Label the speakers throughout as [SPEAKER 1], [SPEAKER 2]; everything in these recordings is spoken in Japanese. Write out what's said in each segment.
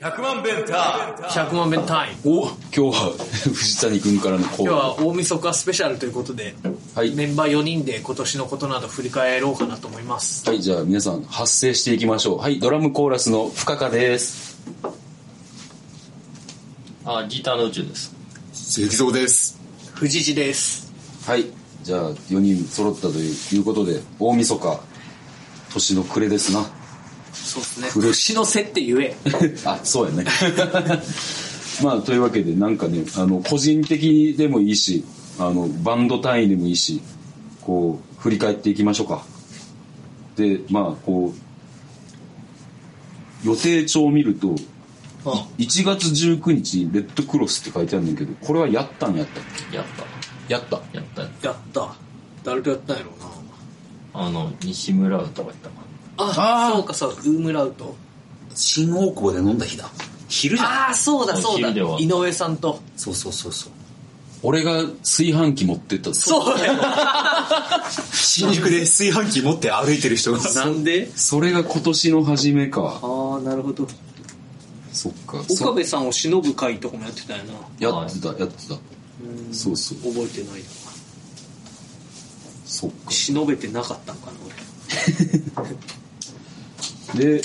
[SPEAKER 1] 100万ベンター
[SPEAKER 2] 100万遍単位
[SPEAKER 3] お今日は 藤谷君からのコ
[SPEAKER 2] 今日
[SPEAKER 3] ーナ
[SPEAKER 2] は大晦日スペシャルということで、
[SPEAKER 3] ーはい、
[SPEAKER 2] メンバー4人で今年のことなど振り返ろうかなと思います
[SPEAKER 3] はい、じゃあ皆さん発声していきましょうはいドラムコーラスの深川です
[SPEAKER 4] あ、ギターの宇宙です。
[SPEAKER 1] 石像です。
[SPEAKER 2] 藤次です
[SPEAKER 3] はいじゃあ4人揃ったということで大晦日年の暮れですな
[SPEAKER 2] そうですね
[SPEAKER 3] 嬉
[SPEAKER 2] 節の瀬って言え
[SPEAKER 3] あそうやねまあというわけでなんかねあの個人的でもいいしあのバンド単位でもいいしこう振り返っていきましょうかでまあこう予定帳を見ると
[SPEAKER 2] あ
[SPEAKER 3] 1月19日にレッドクロスって書いてあるんだけどこれはやったんやったっ
[SPEAKER 4] やっ
[SPEAKER 3] けやった
[SPEAKER 4] た。やった。
[SPEAKER 2] やった誰とやったんやろうな
[SPEAKER 4] あの、西村とか言ったか
[SPEAKER 2] あそうかそうウームラウト
[SPEAKER 1] 新大久保で飲んだ日だ。昼じゃん。
[SPEAKER 2] ああそうだ
[SPEAKER 4] お
[SPEAKER 2] そうだ
[SPEAKER 4] 昼では
[SPEAKER 2] 井上さんと
[SPEAKER 1] そうそうそうそう。
[SPEAKER 3] 俺が炊飯器持ってったう
[SPEAKER 2] そうだよ
[SPEAKER 1] 新宿で炊飯器持って歩いてる人が。
[SPEAKER 2] なんで
[SPEAKER 3] それが今年の初めか
[SPEAKER 2] ああなるほど
[SPEAKER 3] そっか
[SPEAKER 2] 岡
[SPEAKER 3] そ
[SPEAKER 2] 部さんを忍ぶ会とかもやってたよな
[SPEAKER 3] やってたやってたそうそう
[SPEAKER 2] 覚えてないな
[SPEAKER 3] そっか
[SPEAKER 2] 忍べてなかったんかな俺
[SPEAKER 3] でえ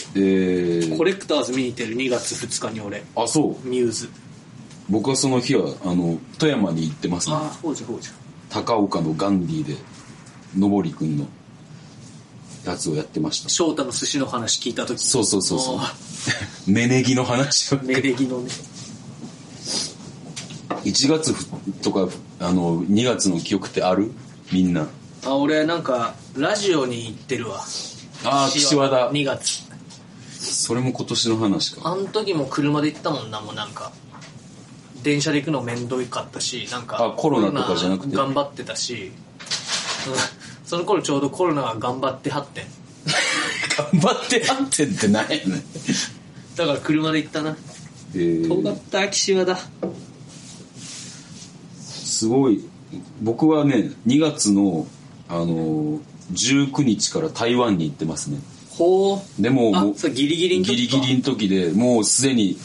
[SPEAKER 3] ー、
[SPEAKER 2] コレクターズ見に行ってる2月2日に俺
[SPEAKER 3] あそう
[SPEAKER 2] ミューズ
[SPEAKER 3] 僕はその日はあの富山に行ってますね
[SPEAKER 2] ああほうじゃほうじゃ
[SPEAKER 3] 高岡のガンディでのりくんのやつをやってました
[SPEAKER 2] 翔太の寿司の話聞いた時
[SPEAKER 3] そうそうそうそう
[SPEAKER 2] あ
[SPEAKER 3] 芽ネギの話 を
[SPEAKER 2] ーメレギのね
[SPEAKER 3] 1月ふとかあの2月の記憶ってあるみんな
[SPEAKER 2] あ俺なんかラジオに行ってるわ
[SPEAKER 3] ああ岸和田
[SPEAKER 2] 2月
[SPEAKER 3] それも今年の話か
[SPEAKER 2] あの時も車で行ったもんなもうなんか電車で行くの面倒かったしなんか
[SPEAKER 3] あコロナとかじゃなくて
[SPEAKER 2] コロナ頑張ってたしうんその頃ちょうどコロナが頑張ってはってん
[SPEAKER 3] 頑張ってやってってないねん
[SPEAKER 2] だから車で行ったな
[SPEAKER 3] え
[SPEAKER 2] 遠か
[SPEAKER 3] ー
[SPEAKER 2] った岸和田
[SPEAKER 3] すごい僕はね2月の、あのー19日から台湾に行ってますね
[SPEAKER 2] ほう
[SPEAKER 3] でも
[SPEAKER 2] あ
[SPEAKER 3] もう
[SPEAKER 2] そうギリギリの時
[SPEAKER 3] ギ
[SPEAKER 2] か
[SPEAKER 3] リギリの時でもうすでに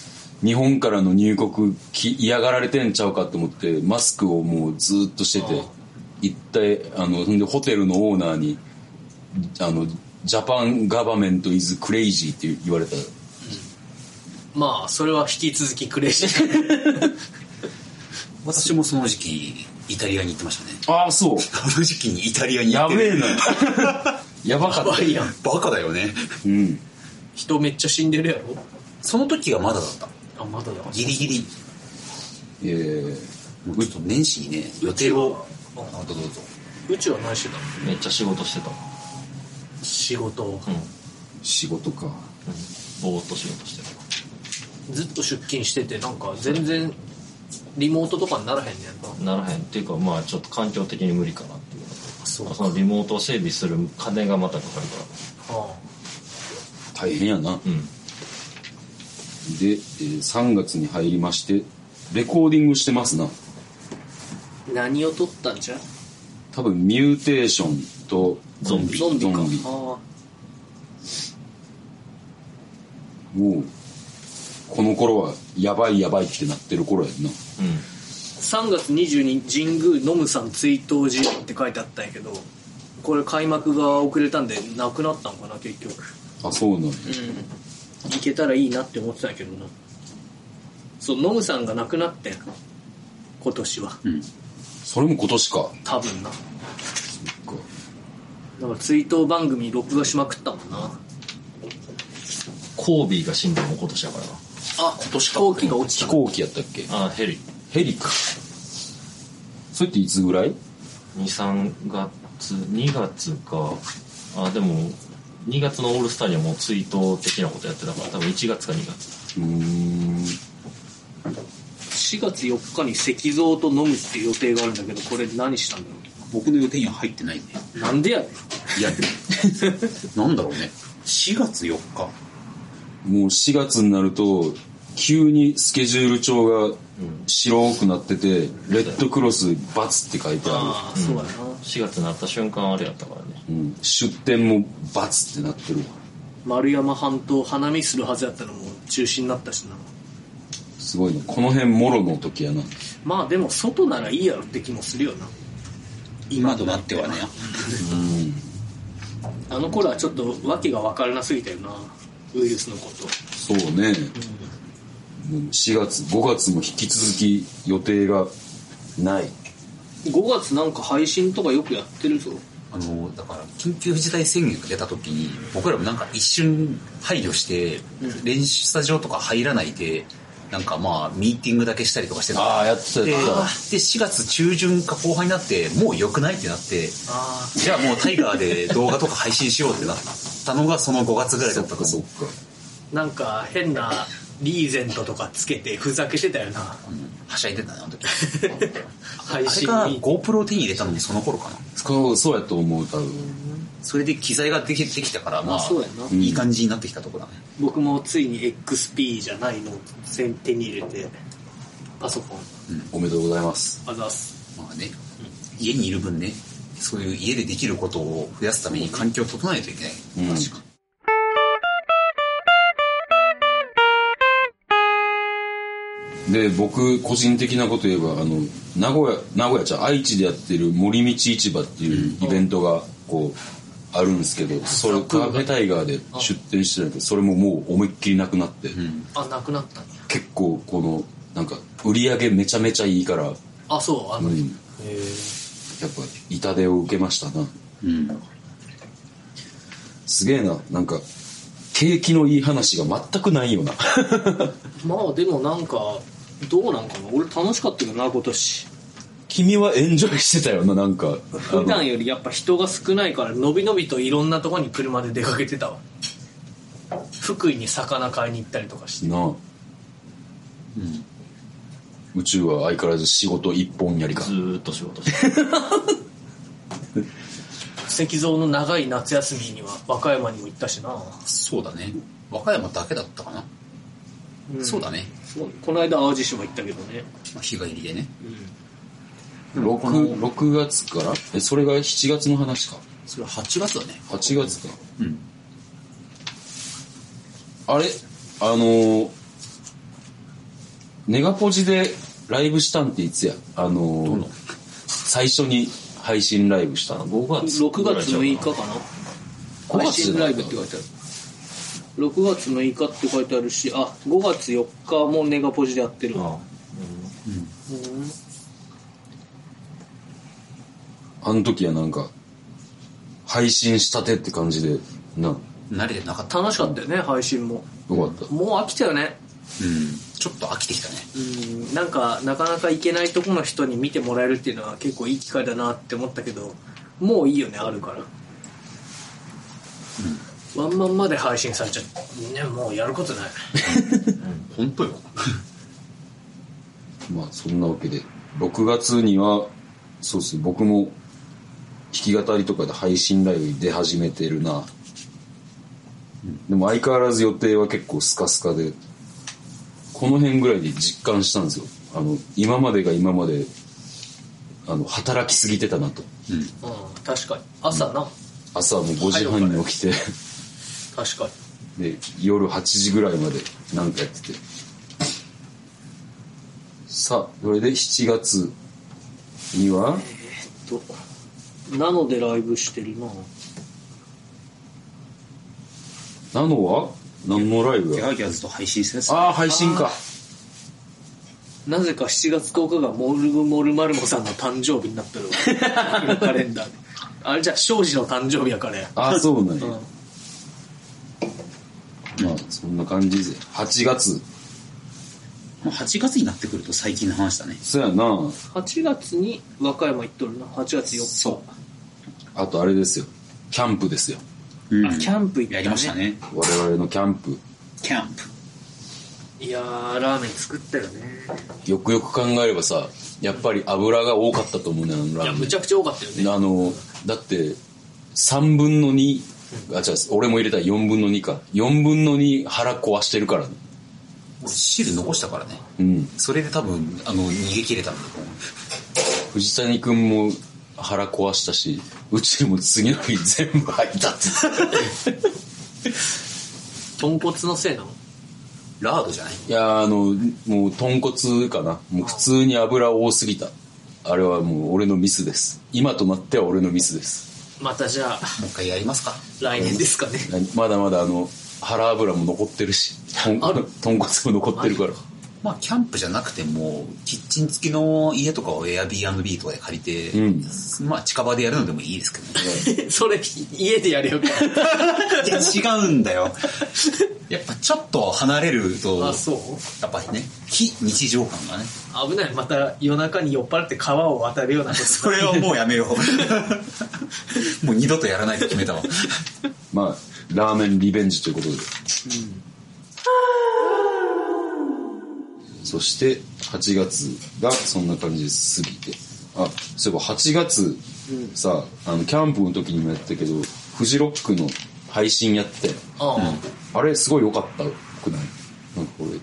[SPEAKER 3] 日本からの入国き嫌がられてんちゃうかと思ってマスクをもうずーっとしてて
[SPEAKER 2] あ
[SPEAKER 3] 一体あのほんでホテルのオーナーに「あのジャパンガバメントイズクレイジー」って言われた
[SPEAKER 2] まあそれは引き続きクレイジー
[SPEAKER 1] 私もその時期、イタリアに行ってましたね。
[SPEAKER 3] ああそう
[SPEAKER 1] あの時期にイタリアに行
[SPEAKER 3] や
[SPEAKER 1] ってる
[SPEAKER 3] べえな やばかった
[SPEAKER 2] い やん
[SPEAKER 1] バカだよね。
[SPEAKER 3] うん
[SPEAKER 2] 人めっちゃ死んでるやろ
[SPEAKER 1] その時がまだだった。
[SPEAKER 2] あまだだ
[SPEAKER 1] ギリギリ。
[SPEAKER 3] えー
[SPEAKER 1] もうちょっと年始にね、予定を。あ
[SPEAKER 2] う
[SPEAKER 1] どうぞどうぞ。
[SPEAKER 2] うちは何してたの
[SPEAKER 4] な。めっちゃ仕事してた。う
[SPEAKER 2] 仕事を
[SPEAKER 4] ん。うん
[SPEAKER 3] 仕事か
[SPEAKER 4] ぼーっと仕事してた。
[SPEAKER 2] ずっと出勤しててなんか全然リモートとかにならへんねんな
[SPEAKER 4] ならへんっていうかまあちょっと環境的に無理かなっていうのと
[SPEAKER 2] そう
[SPEAKER 4] そのリモートを整備する金がまたかかるか
[SPEAKER 2] あ
[SPEAKER 3] 大変やな
[SPEAKER 4] らうん
[SPEAKER 3] で、えー3月に入りましてレコーディングしてますな
[SPEAKER 2] あ何を撮ったんじゃ
[SPEAKER 3] 多分ミューテーションと
[SPEAKER 4] ゾンビ
[SPEAKER 2] ゾンビか
[SPEAKER 3] ゾンビ
[SPEAKER 2] あ
[SPEAKER 3] もうこの頃はやばいやばいってなってる頃やんな
[SPEAKER 2] 3月22日神宮ノムさん追悼試合って書いてあったんやけどこれ開幕が遅れたんでなくなったんかな結局
[SPEAKER 3] あそうなの
[SPEAKER 2] うん行けたらいいなって思ってたんやけどなそうノムさんが亡くなってん今年は
[SPEAKER 3] それも今年か
[SPEAKER 2] 多分なだから追悼番組録画しまくったもんな
[SPEAKER 4] コービーが死んだのも今年やからな
[SPEAKER 2] あ今年飛行機が落ち
[SPEAKER 3] 飛
[SPEAKER 2] た
[SPEAKER 3] 行機やったっけ
[SPEAKER 4] あヘリ
[SPEAKER 3] ヘリかそれっていつぐらい
[SPEAKER 4] 23月2月かあでも2月のオールスターにはもう追悼的なことやってたから多分1月か2月
[SPEAKER 3] うーん
[SPEAKER 2] 4月4日に石像と飲むっていう予定があるんだけどこれ何したんだろ
[SPEAKER 1] 僕の予定には入ってないね。
[SPEAKER 2] うなんでやねん
[SPEAKER 1] い や、なんだろうね。4月4日。
[SPEAKER 3] もう4月になると急にスケジュール帳が白くなってて、レッドクロス×って書いてあ
[SPEAKER 2] ああそうやな、
[SPEAKER 4] 4月になった瞬間あれやったからね
[SPEAKER 3] る、うん、出店も×ってなってるわ
[SPEAKER 2] 丸山半島花見するはずやったのも中止になったしな
[SPEAKER 3] すごいなこの辺もろの時やな
[SPEAKER 2] まあでも外ならいいやろって気もするよな
[SPEAKER 1] 今となってはね
[SPEAKER 2] あの頃はちょっと訳が分からなすぎたよなウイルスのこと
[SPEAKER 3] そうね、もう4月5月も引き続き予定がない
[SPEAKER 2] 5月なんか配信とかよくやってるぞ
[SPEAKER 5] あの、だから、緊急事態宣言が出た時に、僕らもなんか一瞬配慮して、練習スタジオとか入らないで、なんかまあ、ミーティングだけしたりとかしてた。
[SPEAKER 3] ああやってた
[SPEAKER 5] で、で、
[SPEAKER 3] やってた
[SPEAKER 5] 4月中旬か後半になって、もう良くないってなって、
[SPEAKER 2] あ
[SPEAKER 5] じゃあもうタイガーで動画とか配信しようってなったのが、その5月ぐらいだったと思う。
[SPEAKER 2] あなんか変なリーゼントとかつけてふざけてたよな
[SPEAKER 5] はしゃいでたね、あの時。
[SPEAKER 2] 配
[SPEAKER 5] あれ
[SPEAKER 2] 信
[SPEAKER 5] か、
[SPEAKER 2] に
[SPEAKER 5] GoPro を手に入れたのもその頃かな。
[SPEAKER 3] そうそうやと思う多分
[SPEAKER 5] それで機材ができてきたから、ま
[SPEAKER 2] あ
[SPEAKER 5] あ
[SPEAKER 2] そうやな、
[SPEAKER 5] いい感じになってきたとこだね。
[SPEAKER 2] 僕もついに XP じゃないのを手に入れてパソコン
[SPEAKER 3] おめでとうございます
[SPEAKER 2] あざっす
[SPEAKER 5] まあね、家にいる分ね、そういう家でできることを増やすために環境を整えないといけない。
[SPEAKER 3] うん
[SPEAKER 5] 確か
[SPEAKER 3] で僕個人的なこと言えばあの名古屋名古屋じゃん愛知でやってる森道市場っていうイベントがこうあるんですけどそれカーペタイガーで出店してるんだけどそれももう思いっきりなくなって
[SPEAKER 2] あなくなったんや
[SPEAKER 3] 結構このなんか売り上げめちゃめちゃいいから、
[SPEAKER 2] あそうあ
[SPEAKER 3] う
[SPEAKER 2] の、
[SPEAKER 3] ん、
[SPEAKER 2] へ
[SPEAKER 3] やっ
[SPEAKER 2] え
[SPEAKER 3] ぱ痛手を受けましたなすげえななんか景気のいい話が全くないよな
[SPEAKER 2] まあでもなんかどうなんかな俺楽しかったよな今年
[SPEAKER 3] 君はエンジョイしてたよななんかあ
[SPEAKER 2] 普
[SPEAKER 3] の
[SPEAKER 2] 段よりやっぱ人が少ないからのびのびといろんなとこに車で出かけてたわ福井に魚買いに行ったりとかして
[SPEAKER 3] なあ、宇宙は相変わらず仕事一本やりか
[SPEAKER 4] ずーっと仕事して
[SPEAKER 2] 石像の長い夏休みには和歌山にも行ったしな、
[SPEAKER 5] そうだね。和歌山だけだったかな。そうだ
[SPEAKER 2] ね
[SPEAKER 5] ね。
[SPEAKER 2] この間淡路島行ったけどね
[SPEAKER 5] まあ、日帰りでね。
[SPEAKER 3] 6, 6月からえそれが7月の話か
[SPEAKER 5] それは8月だね。
[SPEAKER 3] 8月か
[SPEAKER 5] うん。
[SPEAKER 3] あれあのーネガポジでライブしたんっていつやあのー
[SPEAKER 5] どの
[SPEAKER 3] 最初に配信ライ ブしたの
[SPEAKER 4] 5月
[SPEAKER 2] 6月6日かな配信ライブって書いてある6月6日って書いてあるしあ5月4日もネガポジでやってるわ
[SPEAKER 4] あ
[SPEAKER 3] あの時はなんか配信したてって感じでなよ
[SPEAKER 5] 慣れてなかった。
[SPEAKER 2] 楽しかったよね配信も
[SPEAKER 3] かった
[SPEAKER 2] もう飽きたよね
[SPEAKER 5] うん。ちょっと飽きてきたね。
[SPEAKER 2] うんなんかなかなか行けないとこの人に見てもらえるっていうのは結構いい機会だなって思ったけどもういいよねあるから、ワンマンまで配信されちゃってねもうやることない
[SPEAKER 5] 本当よ。
[SPEAKER 3] まあそんなわけで6月にはそうですね僕も弾き語りとかで配信ライブに出始めてるなでも相変わらず予定は結構スカスカでこの辺ぐらいで実感したんですよあの今までが今まであの働きすぎてたなと
[SPEAKER 2] うん確かに朝な、
[SPEAKER 3] 朝はもう5時半に起きて
[SPEAKER 2] 確かに
[SPEAKER 3] で夜8時ぐらいまでなんかやっててさあそれで7月には
[SPEAKER 2] となのでライブしてるな
[SPEAKER 3] なのは何のライブ
[SPEAKER 5] ギャ
[SPEAKER 3] や
[SPEAKER 5] ーギャーズと配信してたや
[SPEAKER 3] ああ、配信か。
[SPEAKER 2] なぜか7月10日がモルグモルマルモさんの誕生日になってる わ今カレンダーであれじゃあ庄司の誕生日やからや
[SPEAKER 3] ああ、そうなんや。
[SPEAKER 2] うん
[SPEAKER 3] まあ、そんな感じです。8月。
[SPEAKER 5] つ。まあ8月になってくると最近の話だね。
[SPEAKER 3] そやな。
[SPEAKER 2] 8月に和歌山行っとるな8月4
[SPEAKER 5] そ
[SPEAKER 3] あとあれですよ。キャンプですよ。
[SPEAKER 5] う。うん
[SPEAKER 2] 日キャンプ行った、ね、
[SPEAKER 5] やりましたね。
[SPEAKER 3] 我々のキャンプ。
[SPEAKER 5] キャンプ。
[SPEAKER 2] いやーラーメン作ったよね
[SPEAKER 3] よくよく考えればさ、やっぱり油が多かったと思うね、あの
[SPEAKER 2] い
[SPEAKER 3] ラ
[SPEAKER 2] や
[SPEAKER 3] ーメ
[SPEAKER 2] む
[SPEAKER 3] ン
[SPEAKER 2] ちゃくちゃ多かったよね。
[SPEAKER 3] あの、だって、3分の2、あ、違う、俺も入れたら4分の2か。4分の2腹壊してるからね。
[SPEAKER 5] 俺汁残したからね。
[SPEAKER 3] うん。
[SPEAKER 5] それで多分、あの、逃げ切れたんだと思う。
[SPEAKER 3] 藤谷くんも腹壊したし、うちも次の日全部吐いたって。
[SPEAKER 2] 豚骨のせいなの
[SPEAKER 5] ラードじゃない
[SPEAKER 3] いやーあの、もう豚骨かな。もう普通に油多すぎた。あれはもう俺のミスです。今となっては俺のミスです。
[SPEAKER 2] またじゃあ
[SPEAKER 5] もう一回やりますか。
[SPEAKER 2] 来年ですかね
[SPEAKER 3] まだまだあの、腹油も残ってるし、豚
[SPEAKER 2] ある
[SPEAKER 3] 豚骨も残ってるから。
[SPEAKER 5] まあ、キャンプじゃなくても、キッチン付きの家とかを Airbnb とかで借りて、
[SPEAKER 3] うん
[SPEAKER 5] まあ、近場でやるのでもいいですけどね。
[SPEAKER 2] それ家でや れよ
[SPEAKER 5] いや、違うんだ よ。やっぱちょっと離れると、
[SPEAKER 2] あそう
[SPEAKER 5] やっぱりね、非日常感がね。
[SPEAKER 2] 危ないまた夜中に酔っ払って川を渡るようなこと
[SPEAKER 5] それはもうやめよ う。もう二度とやらないと決めたわ。
[SPEAKER 3] まあ、ラーメンリベンジということで。そして、8月がそんな感じです過ぎて。あ、そういえば8月、さ、あの、キャンプの時にもやったけど、フジロックの配信やって、
[SPEAKER 2] ああ
[SPEAKER 3] あれすごい良かったくないなんか俺、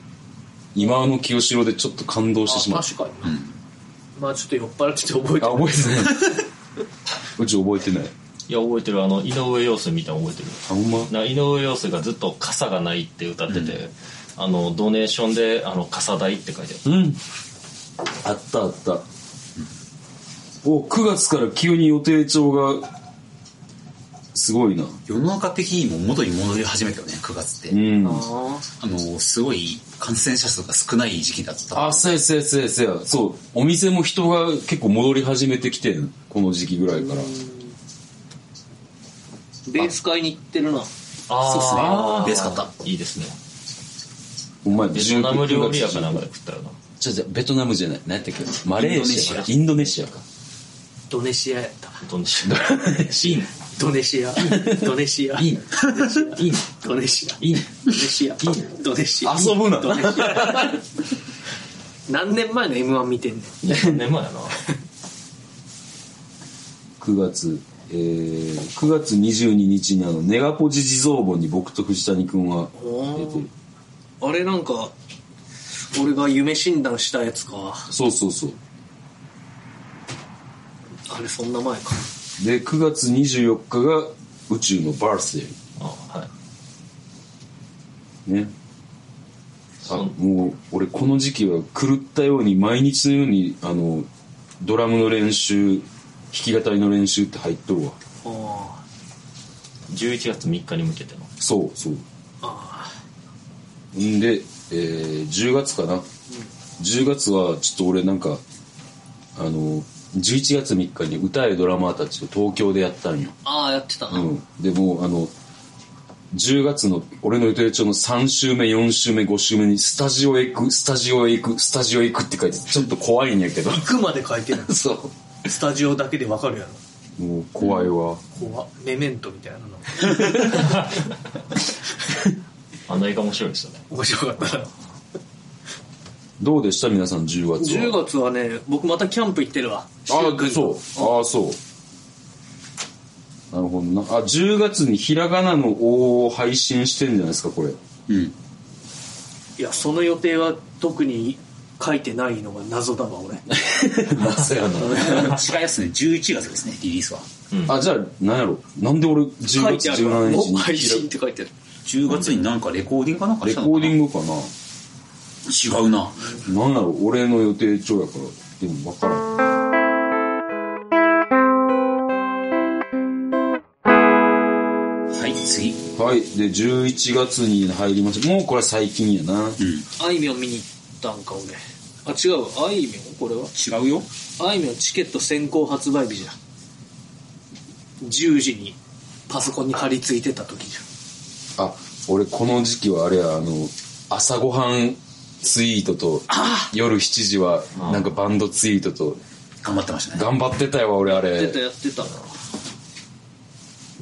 [SPEAKER 3] 今の清志郎でちょっと感動してしま
[SPEAKER 2] あ
[SPEAKER 3] った。
[SPEAKER 2] 確かに、まあちょっと酔っ払ってて覚えて
[SPEAKER 3] あ、
[SPEAKER 2] ない
[SPEAKER 3] 覚えてない。 うち覚えてない。
[SPEAKER 4] いや覚えてるあの井上陽水みたいなの覚えてる
[SPEAKER 3] あ、ほんま
[SPEAKER 4] な井上陽水がずっと「傘がない」って歌ってて、あのドネーションで「あの傘代」って書いてある
[SPEAKER 3] うん。あったあった。お、9月から急に予定帳が、すごいな。
[SPEAKER 5] 世の中的にも元に戻り始めたよね、9月って。
[SPEAKER 3] ん
[SPEAKER 2] あ
[SPEAKER 5] あの、すごい感染者数が少ない時期だった。
[SPEAKER 3] あ、そうやそうやそうやそうや。そう。お店も人が結構戻り始めてきてん。この時期ぐらいから。
[SPEAKER 2] ーベース買いに行ってるな
[SPEAKER 4] あ
[SPEAKER 5] そうっすね
[SPEAKER 4] ー
[SPEAKER 5] ベース買った
[SPEAKER 4] いいですね
[SPEAKER 3] お前、
[SPEAKER 4] ベトナム料理屋かな
[SPEAKER 3] 19
[SPEAKER 4] んか
[SPEAKER 3] 月
[SPEAKER 4] で食ったよな
[SPEAKER 3] ちょ、ちょ、ベトナムじゃない。何やったっけマレーシアか。
[SPEAKER 5] イ
[SPEAKER 3] インドネシアか。
[SPEAKER 2] ドネシアやった
[SPEAKER 4] どんでしょう
[SPEAKER 3] シン。
[SPEAKER 2] ドネシアドネシア
[SPEAKER 3] イン。イン。
[SPEAKER 2] ドネシア
[SPEAKER 3] イン。
[SPEAKER 2] ドネシアドネシア
[SPEAKER 3] 遊ぶな
[SPEAKER 2] ドネシア何年前の m 1見てんねん
[SPEAKER 4] 何年前やな
[SPEAKER 3] 9月、えー、9月22日にあの、ネガポジ地蔵盆に僕と藤谷くんは出てる。
[SPEAKER 2] あれなんか俺が夢診断したやつか
[SPEAKER 3] そうそうそう。
[SPEAKER 2] あれそんな前か
[SPEAKER 3] で、9月24日が宇宙のバースデ
[SPEAKER 4] あはい
[SPEAKER 3] ー。ね。あ、
[SPEAKER 4] そ
[SPEAKER 3] もう、俺この時期は狂ったように、毎日のように、あの、ドラムの練習、弾き語りの練習って入っとるわ。
[SPEAKER 2] あ
[SPEAKER 4] 11月3日に向けての
[SPEAKER 3] そうそう。
[SPEAKER 2] ああ
[SPEAKER 3] んで、えー10月かな、10月はちょっと俺なんかあの11月3日に歌えドラマーたちを東京でやったんよ、
[SPEAKER 2] あああやってた
[SPEAKER 3] う
[SPEAKER 2] な、
[SPEAKER 3] んでもうあの10月の俺の予定帳の3週目4週目5週目にスタジオへ行くスタジオへ行くスタジオへ行くって書いてちょっと怖いんやけど
[SPEAKER 2] 行くまで書いてる
[SPEAKER 3] そ
[SPEAKER 2] スタジオだけでわかるやろ
[SPEAKER 3] うもう怖いわ
[SPEAKER 2] 怖っメメントみたいなの
[SPEAKER 4] あの映画面白いですよね
[SPEAKER 2] 面白かったな
[SPEAKER 3] どうでした皆さん10月は
[SPEAKER 2] 10月はね僕またキャンプ行ってるわ
[SPEAKER 3] ああそうああそうなるほどなあ10月にひらがなの「お」を配信してんじゃないですかこれ
[SPEAKER 5] うん。
[SPEAKER 2] いやその予定は特に書いてないのが謎だわ俺
[SPEAKER 3] なぜや
[SPEAKER 5] 違いますね、11月ですね、リリースは。
[SPEAKER 3] なあじゃあ何やろなんで俺10
[SPEAKER 2] 書い
[SPEAKER 3] 月
[SPEAKER 2] てあるわ
[SPEAKER 3] 17日
[SPEAKER 2] もう
[SPEAKER 3] に
[SPEAKER 2] 配
[SPEAKER 3] ひ
[SPEAKER 2] 信って書いてある
[SPEAKER 5] 10月になんかレコーディングかなんから
[SPEAKER 3] レ
[SPEAKER 5] し
[SPEAKER 3] コ
[SPEAKER 5] たのか
[SPEAKER 3] ー
[SPEAKER 5] な
[SPEAKER 3] ディングか
[SPEAKER 5] 違うな。
[SPEAKER 3] な何やろ俺の予定帳やからでも分からん
[SPEAKER 5] はい、次。
[SPEAKER 3] はいで11月に入りましたもうこれは最近やな
[SPEAKER 2] あいみょん見に行ったんか俺あ違うわあいみょんこれは
[SPEAKER 5] 違うよ。
[SPEAKER 2] あいみょんチケット先行発売日じゃん10時にパソコンに貼り付いてた時じ
[SPEAKER 3] あ俺この時期はあれやあの朝ごはんツイートと夜7時はなんかバンドツイートと
[SPEAKER 5] 頑張ってましたね。
[SPEAKER 3] 頑張ってたよ俺あ
[SPEAKER 2] ゃんやってた
[SPEAKER 3] れ
[SPEAKER 2] やってた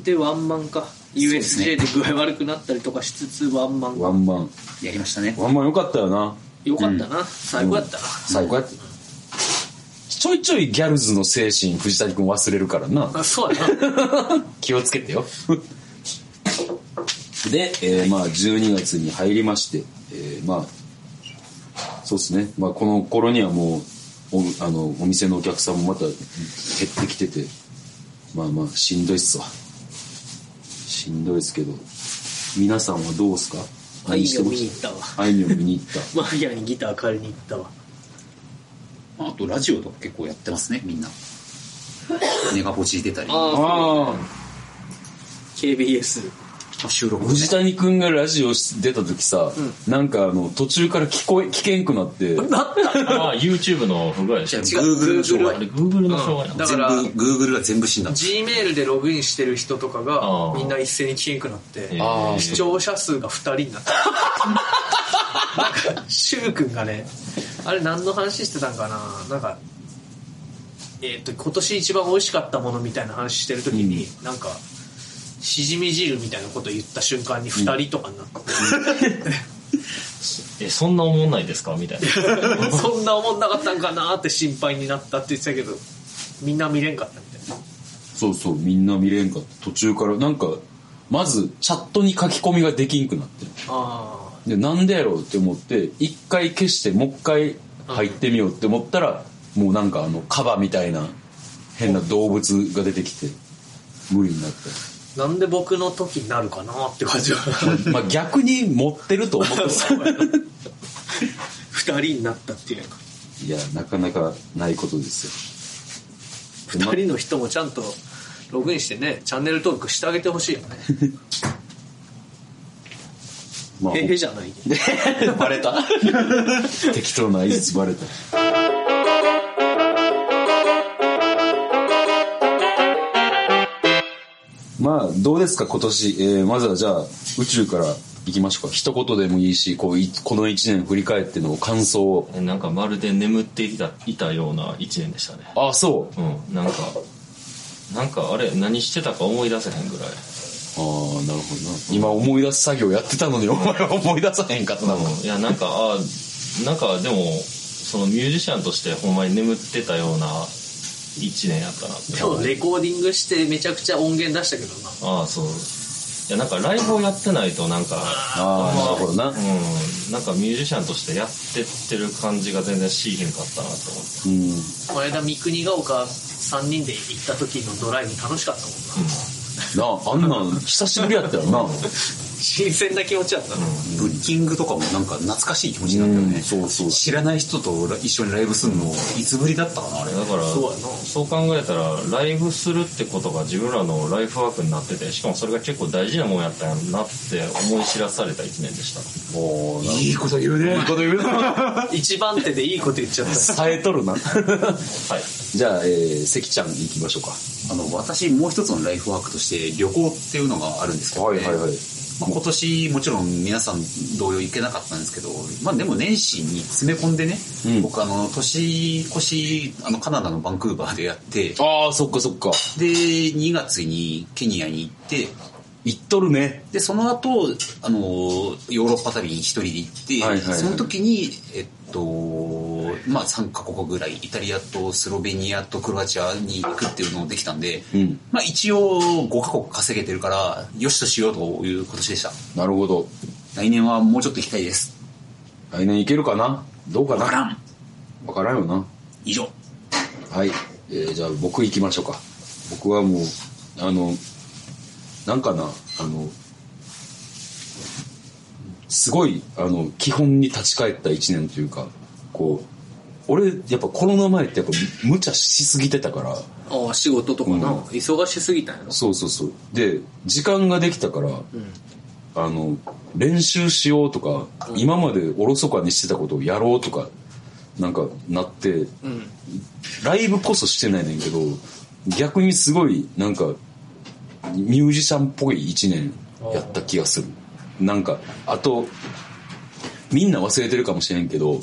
[SPEAKER 2] でワンマンか USJ で具合悪くなったりとかしつつワンマン
[SPEAKER 3] ワンマン
[SPEAKER 5] やりましたね。
[SPEAKER 3] ワンマンよかったよな
[SPEAKER 2] よかったな、最高やったな、
[SPEAKER 3] 最高やったちょいちょいギャルズの精神藤谷君忘れるからな
[SPEAKER 2] あそうやな
[SPEAKER 3] 気をつけて よで、えーまあ12月に入りまして、えーまあそうですね、まあ、この頃にはもうおあのお店のお客さんもまた減ってきててまあまあしんどいっすわしんどいっすけど皆さんはどうっすか
[SPEAKER 2] あいみょん
[SPEAKER 3] ま
[SPEAKER 2] 見に
[SPEAKER 3] し
[SPEAKER 2] 行ったわ
[SPEAKER 3] たあいみょん見に行った
[SPEAKER 2] マフィアにギター借りに行ったわ
[SPEAKER 5] まああとラジオとか結構やってますね、みんな。ネガポジ出た り、
[SPEAKER 3] ああ
[SPEAKER 2] KBS
[SPEAKER 5] 収録
[SPEAKER 3] 藤谷君がラジオ出た時さ、なんかあの途中から聞こえ聞けんくなって
[SPEAKER 4] ああ、YouTube の不具合でし
[SPEAKER 5] じゃ
[SPEAKER 4] ょ
[SPEAKER 5] あ。Google の障
[SPEAKER 4] あれ、
[SPEAKER 5] 害。
[SPEAKER 4] Google の障害なの
[SPEAKER 2] だか
[SPEAKER 5] 全部
[SPEAKER 2] ら、
[SPEAKER 5] Google は全部死んだ。
[SPEAKER 2] G メールでログインしてる人とか
[SPEAKER 4] あ
[SPEAKER 2] が
[SPEAKER 4] ー
[SPEAKER 2] みんな一斉に消えんくなって、
[SPEAKER 4] えー
[SPEAKER 2] 視聴者数が2人になった。なんか、シュウ君がね、あれ何の話してたんかななんか、えーっと、今年一番美味しかったものみたいな話してる時に、なんか、しじみ汁みたいなこと言った瞬間に2人とかになって、
[SPEAKER 4] え、そんな思んないですかみたいな。
[SPEAKER 2] そんな思んなかったんかなって心配になったって言ってたけど、みんな見れんかったみたいな。
[SPEAKER 3] そうそうみんな見れんかった途中からなんかまずチャットに書き込みができんくなって
[SPEAKER 2] あ
[SPEAKER 3] でなんでやろうって思って一回消してもう一回入ってみようって思ったら、もうなんかあのカバみたいな変な動物が出てきて無理になっ
[SPEAKER 2] あ、なんで僕の時になるかなって感じは。
[SPEAKER 3] た、まあ、逆に持ってると思ってさ
[SPEAKER 2] 二人になったっていうか
[SPEAKER 3] いやなかなかないことです
[SPEAKER 2] 二人の人もちゃんとログインしてねチャンネル登録してあげてほしいよね
[SPEAKER 3] よ まあ
[SPEAKER 2] へへじゃないで
[SPEAKER 3] バレた適当な挨拶バレたまあどうですか今年、えーまずはじゃあ宇宙からいきましょうか一言でもいいしこういこの1年振り返っての感想を
[SPEAKER 4] えなんかまるで眠っていたいたような一年でしたね。
[SPEAKER 3] あそう
[SPEAKER 4] うん、なんか、なんかあれ、何してたか思い出せへんぐら
[SPEAKER 3] あ
[SPEAKER 4] い。
[SPEAKER 3] あなるほどな今思い出す作業やってたのにお前は思い出さへんかったな
[SPEAKER 4] うん、いやなんかあーなんかでもそのミュージシャンとしてほんまに眠ってたような一年やったなって
[SPEAKER 2] 今日レコーディングしてめちゃくちゃ音源出したけどな
[SPEAKER 4] ああそういやなんかライブをやってないとなんか
[SPEAKER 3] ああなるほどな
[SPEAKER 4] うんなんかミュージシャンとしてやってってる感じが全然しーへんかったなと思って
[SPEAKER 3] うん
[SPEAKER 2] この間三国ヶ丘3人で行った時のドライブ楽しかったもんな
[SPEAKER 3] なああんなん久しぶりやったよな
[SPEAKER 2] 新鮮な気持ちだったな、
[SPEAKER 5] ブッキングとかもなんか懐かしい気持ちになったよね。
[SPEAKER 3] うんそうそう
[SPEAKER 5] 知らない人と一緒にライブするの、いつぶりだったかな、あれ。
[SPEAKER 4] だから
[SPEAKER 2] そうやな
[SPEAKER 4] そう考えたらライブするってことが自分らのライフワークになっててしかもそれが結構大事なもんやったんやなって思い知らされた一年でした
[SPEAKER 3] おーない
[SPEAKER 5] いこと言うね。いいこと言う
[SPEAKER 2] 一番手でいいこと言っちゃった
[SPEAKER 3] 冴えとるな
[SPEAKER 4] はい
[SPEAKER 3] じゃあ、えー、関ちゃん行きましょうか。
[SPEAKER 5] あの、私、もう一つのライフワークとして、旅行っていうのがあるんですけど、ね。
[SPEAKER 3] い。
[SPEAKER 5] まあ今年もちろん皆さん同様行けなかったんですけど、まあでも年始に詰め込んでね、
[SPEAKER 3] うん
[SPEAKER 5] 僕あの年越し、あのカナダのバンクーバーでやって、で、
[SPEAKER 3] ああ、そっかそっか。
[SPEAKER 5] 2月にケニアに行って、
[SPEAKER 3] 行っとるね。
[SPEAKER 5] で、その後、あの、ヨーロッパ旅に一人で行って、
[SPEAKER 3] はいはいはい
[SPEAKER 5] その時に、えっと、まあ3カ国ぐらい、イタリアとスロベニアとクロアチアに行くっていうのをできたんで、
[SPEAKER 3] うん
[SPEAKER 5] まあ一応5カ国稼げてるから、よしとしようという今年でした。
[SPEAKER 3] なるほど。
[SPEAKER 5] 来年はもうちょっと行きたいです。
[SPEAKER 3] 来年行けるかなどうかな
[SPEAKER 5] わからん。
[SPEAKER 3] わからんよな。
[SPEAKER 5] 以上。
[SPEAKER 3] はい。えーじゃあ僕行きましょうか。僕はもう、あの、なんかな、あの、すごい、あの、基本に立ち返った一年というか、こう、俺、やっぱコロナ前ってやっぱ無茶しすぎてたから、
[SPEAKER 2] ああ仕事とかな、
[SPEAKER 3] うん
[SPEAKER 2] 忙しすぎたんやろ
[SPEAKER 3] そうそうそう。で、時間ができたから、あの、練習しようとか、今までおろそかにしてたことをやろうとか、なんかなって、
[SPEAKER 2] うん
[SPEAKER 3] ライブこそしてないねんけど、逆にすごい、なんか、ミュージシャンっぽい一年やった気がする。なんか、あと、みんな忘れてるかもしれんけど、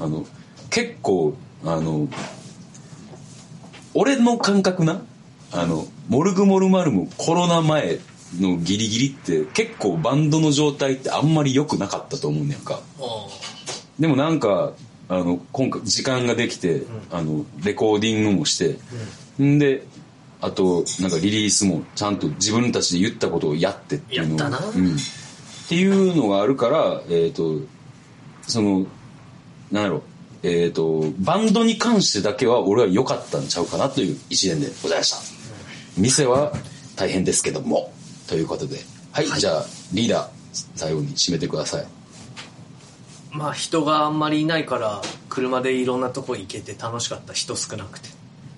[SPEAKER 3] あの、結構、あの、俺の感覚な、あの、モルグモルマルムコロナ前のギリギリって結構バンドの状態ってあんまり良くなかったと思うねんか。
[SPEAKER 2] ああ
[SPEAKER 3] でもなんか、あの、今回時間ができて、あの、レコーディングもして、んで、あと、なんかリリースもちゃんと自分たちで言ったことをやってっていうのを
[SPEAKER 2] やったな
[SPEAKER 3] うんっていうのがあるから、えっ、と、その、なんやろえっ、とバンドに関してだけは俺は良かったんちゃうかなという一年でございました店は大変ですけどもということではい、じゃあリーダー最後に締めてください
[SPEAKER 2] まあ人があんまりいないから車でいろんなとこ行けて楽しかった人少なくて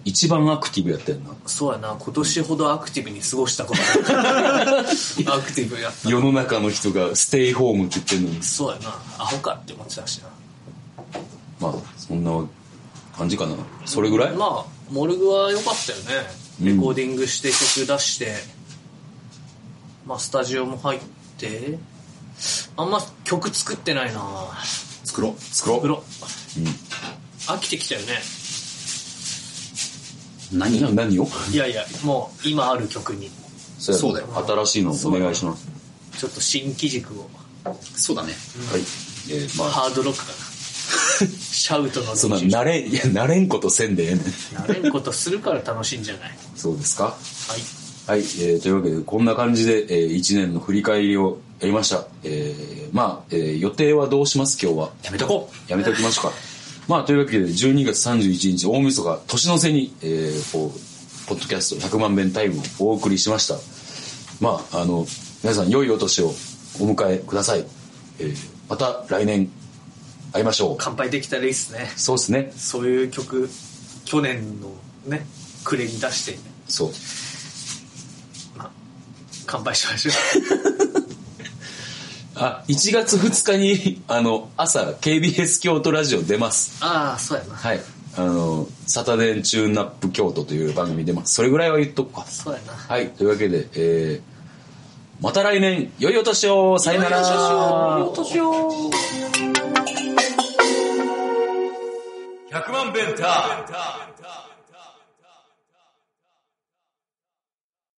[SPEAKER 3] 一番アクティブやったよな
[SPEAKER 2] そうやな今年ほどアクティブに過ごしたことないアクティブやった
[SPEAKER 3] 世の中の人がステイホームって言ってるのに
[SPEAKER 2] そうやなアホかって思ってたし
[SPEAKER 3] まあそんな感じかなそれぐらい、
[SPEAKER 2] なまあモルグは良かったよねレコーディングして曲出して、まあスタジオも入ってあんま曲作ってないな
[SPEAKER 5] 作ろう。
[SPEAKER 3] 作ろう
[SPEAKER 2] 風呂、飽きてきたよね
[SPEAKER 5] 何
[SPEAKER 3] な何を
[SPEAKER 2] いやいやもう今ある曲に
[SPEAKER 3] そう
[SPEAKER 5] そうだよ
[SPEAKER 3] 新しいのお願いします
[SPEAKER 2] ちょっと新機軸を
[SPEAKER 5] そうだね。
[SPEAKER 3] はいえー、まあ
[SPEAKER 2] ハードロックかな シャウトの
[SPEAKER 3] そんな慣れいや慣れんことせんでええねん
[SPEAKER 2] 慣れんことするから楽しいんじゃないは
[SPEAKER 3] そうですか
[SPEAKER 2] い
[SPEAKER 3] はい、えーというわけでこんな感じで、え1年の振り返りをやりました、えーまあ、えー予定はどうします今日は
[SPEAKER 5] やめとこ
[SPEAKER 3] やめておきましょうかまあというわけで12月31日大晦日年の瀬に、えーこうポッドキャスト100万遍タイムをお送りしましたまああの皆さん良いお年をお迎えください、えーまた来年会いましょう
[SPEAKER 2] 乾杯できたらいいっすね
[SPEAKER 3] そうですね
[SPEAKER 2] そういう曲去年のね暮れに出して
[SPEAKER 3] そう
[SPEAKER 2] 乾杯しましょ
[SPEAKER 3] あ1月2日にあの朝 KBS 京都ラジオ出ます
[SPEAKER 2] う ああそうやな
[SPEAKER 3] はい。あの、サタデーチューンナップ京都という番組でます。それぐらいは言っとくか。
[SPEAKER 2] そうやな
[SPEAKER 3] はい。というわけで、えー、また来年、良いお年をさよなら
[SPEAKER 5] う。100万ベンター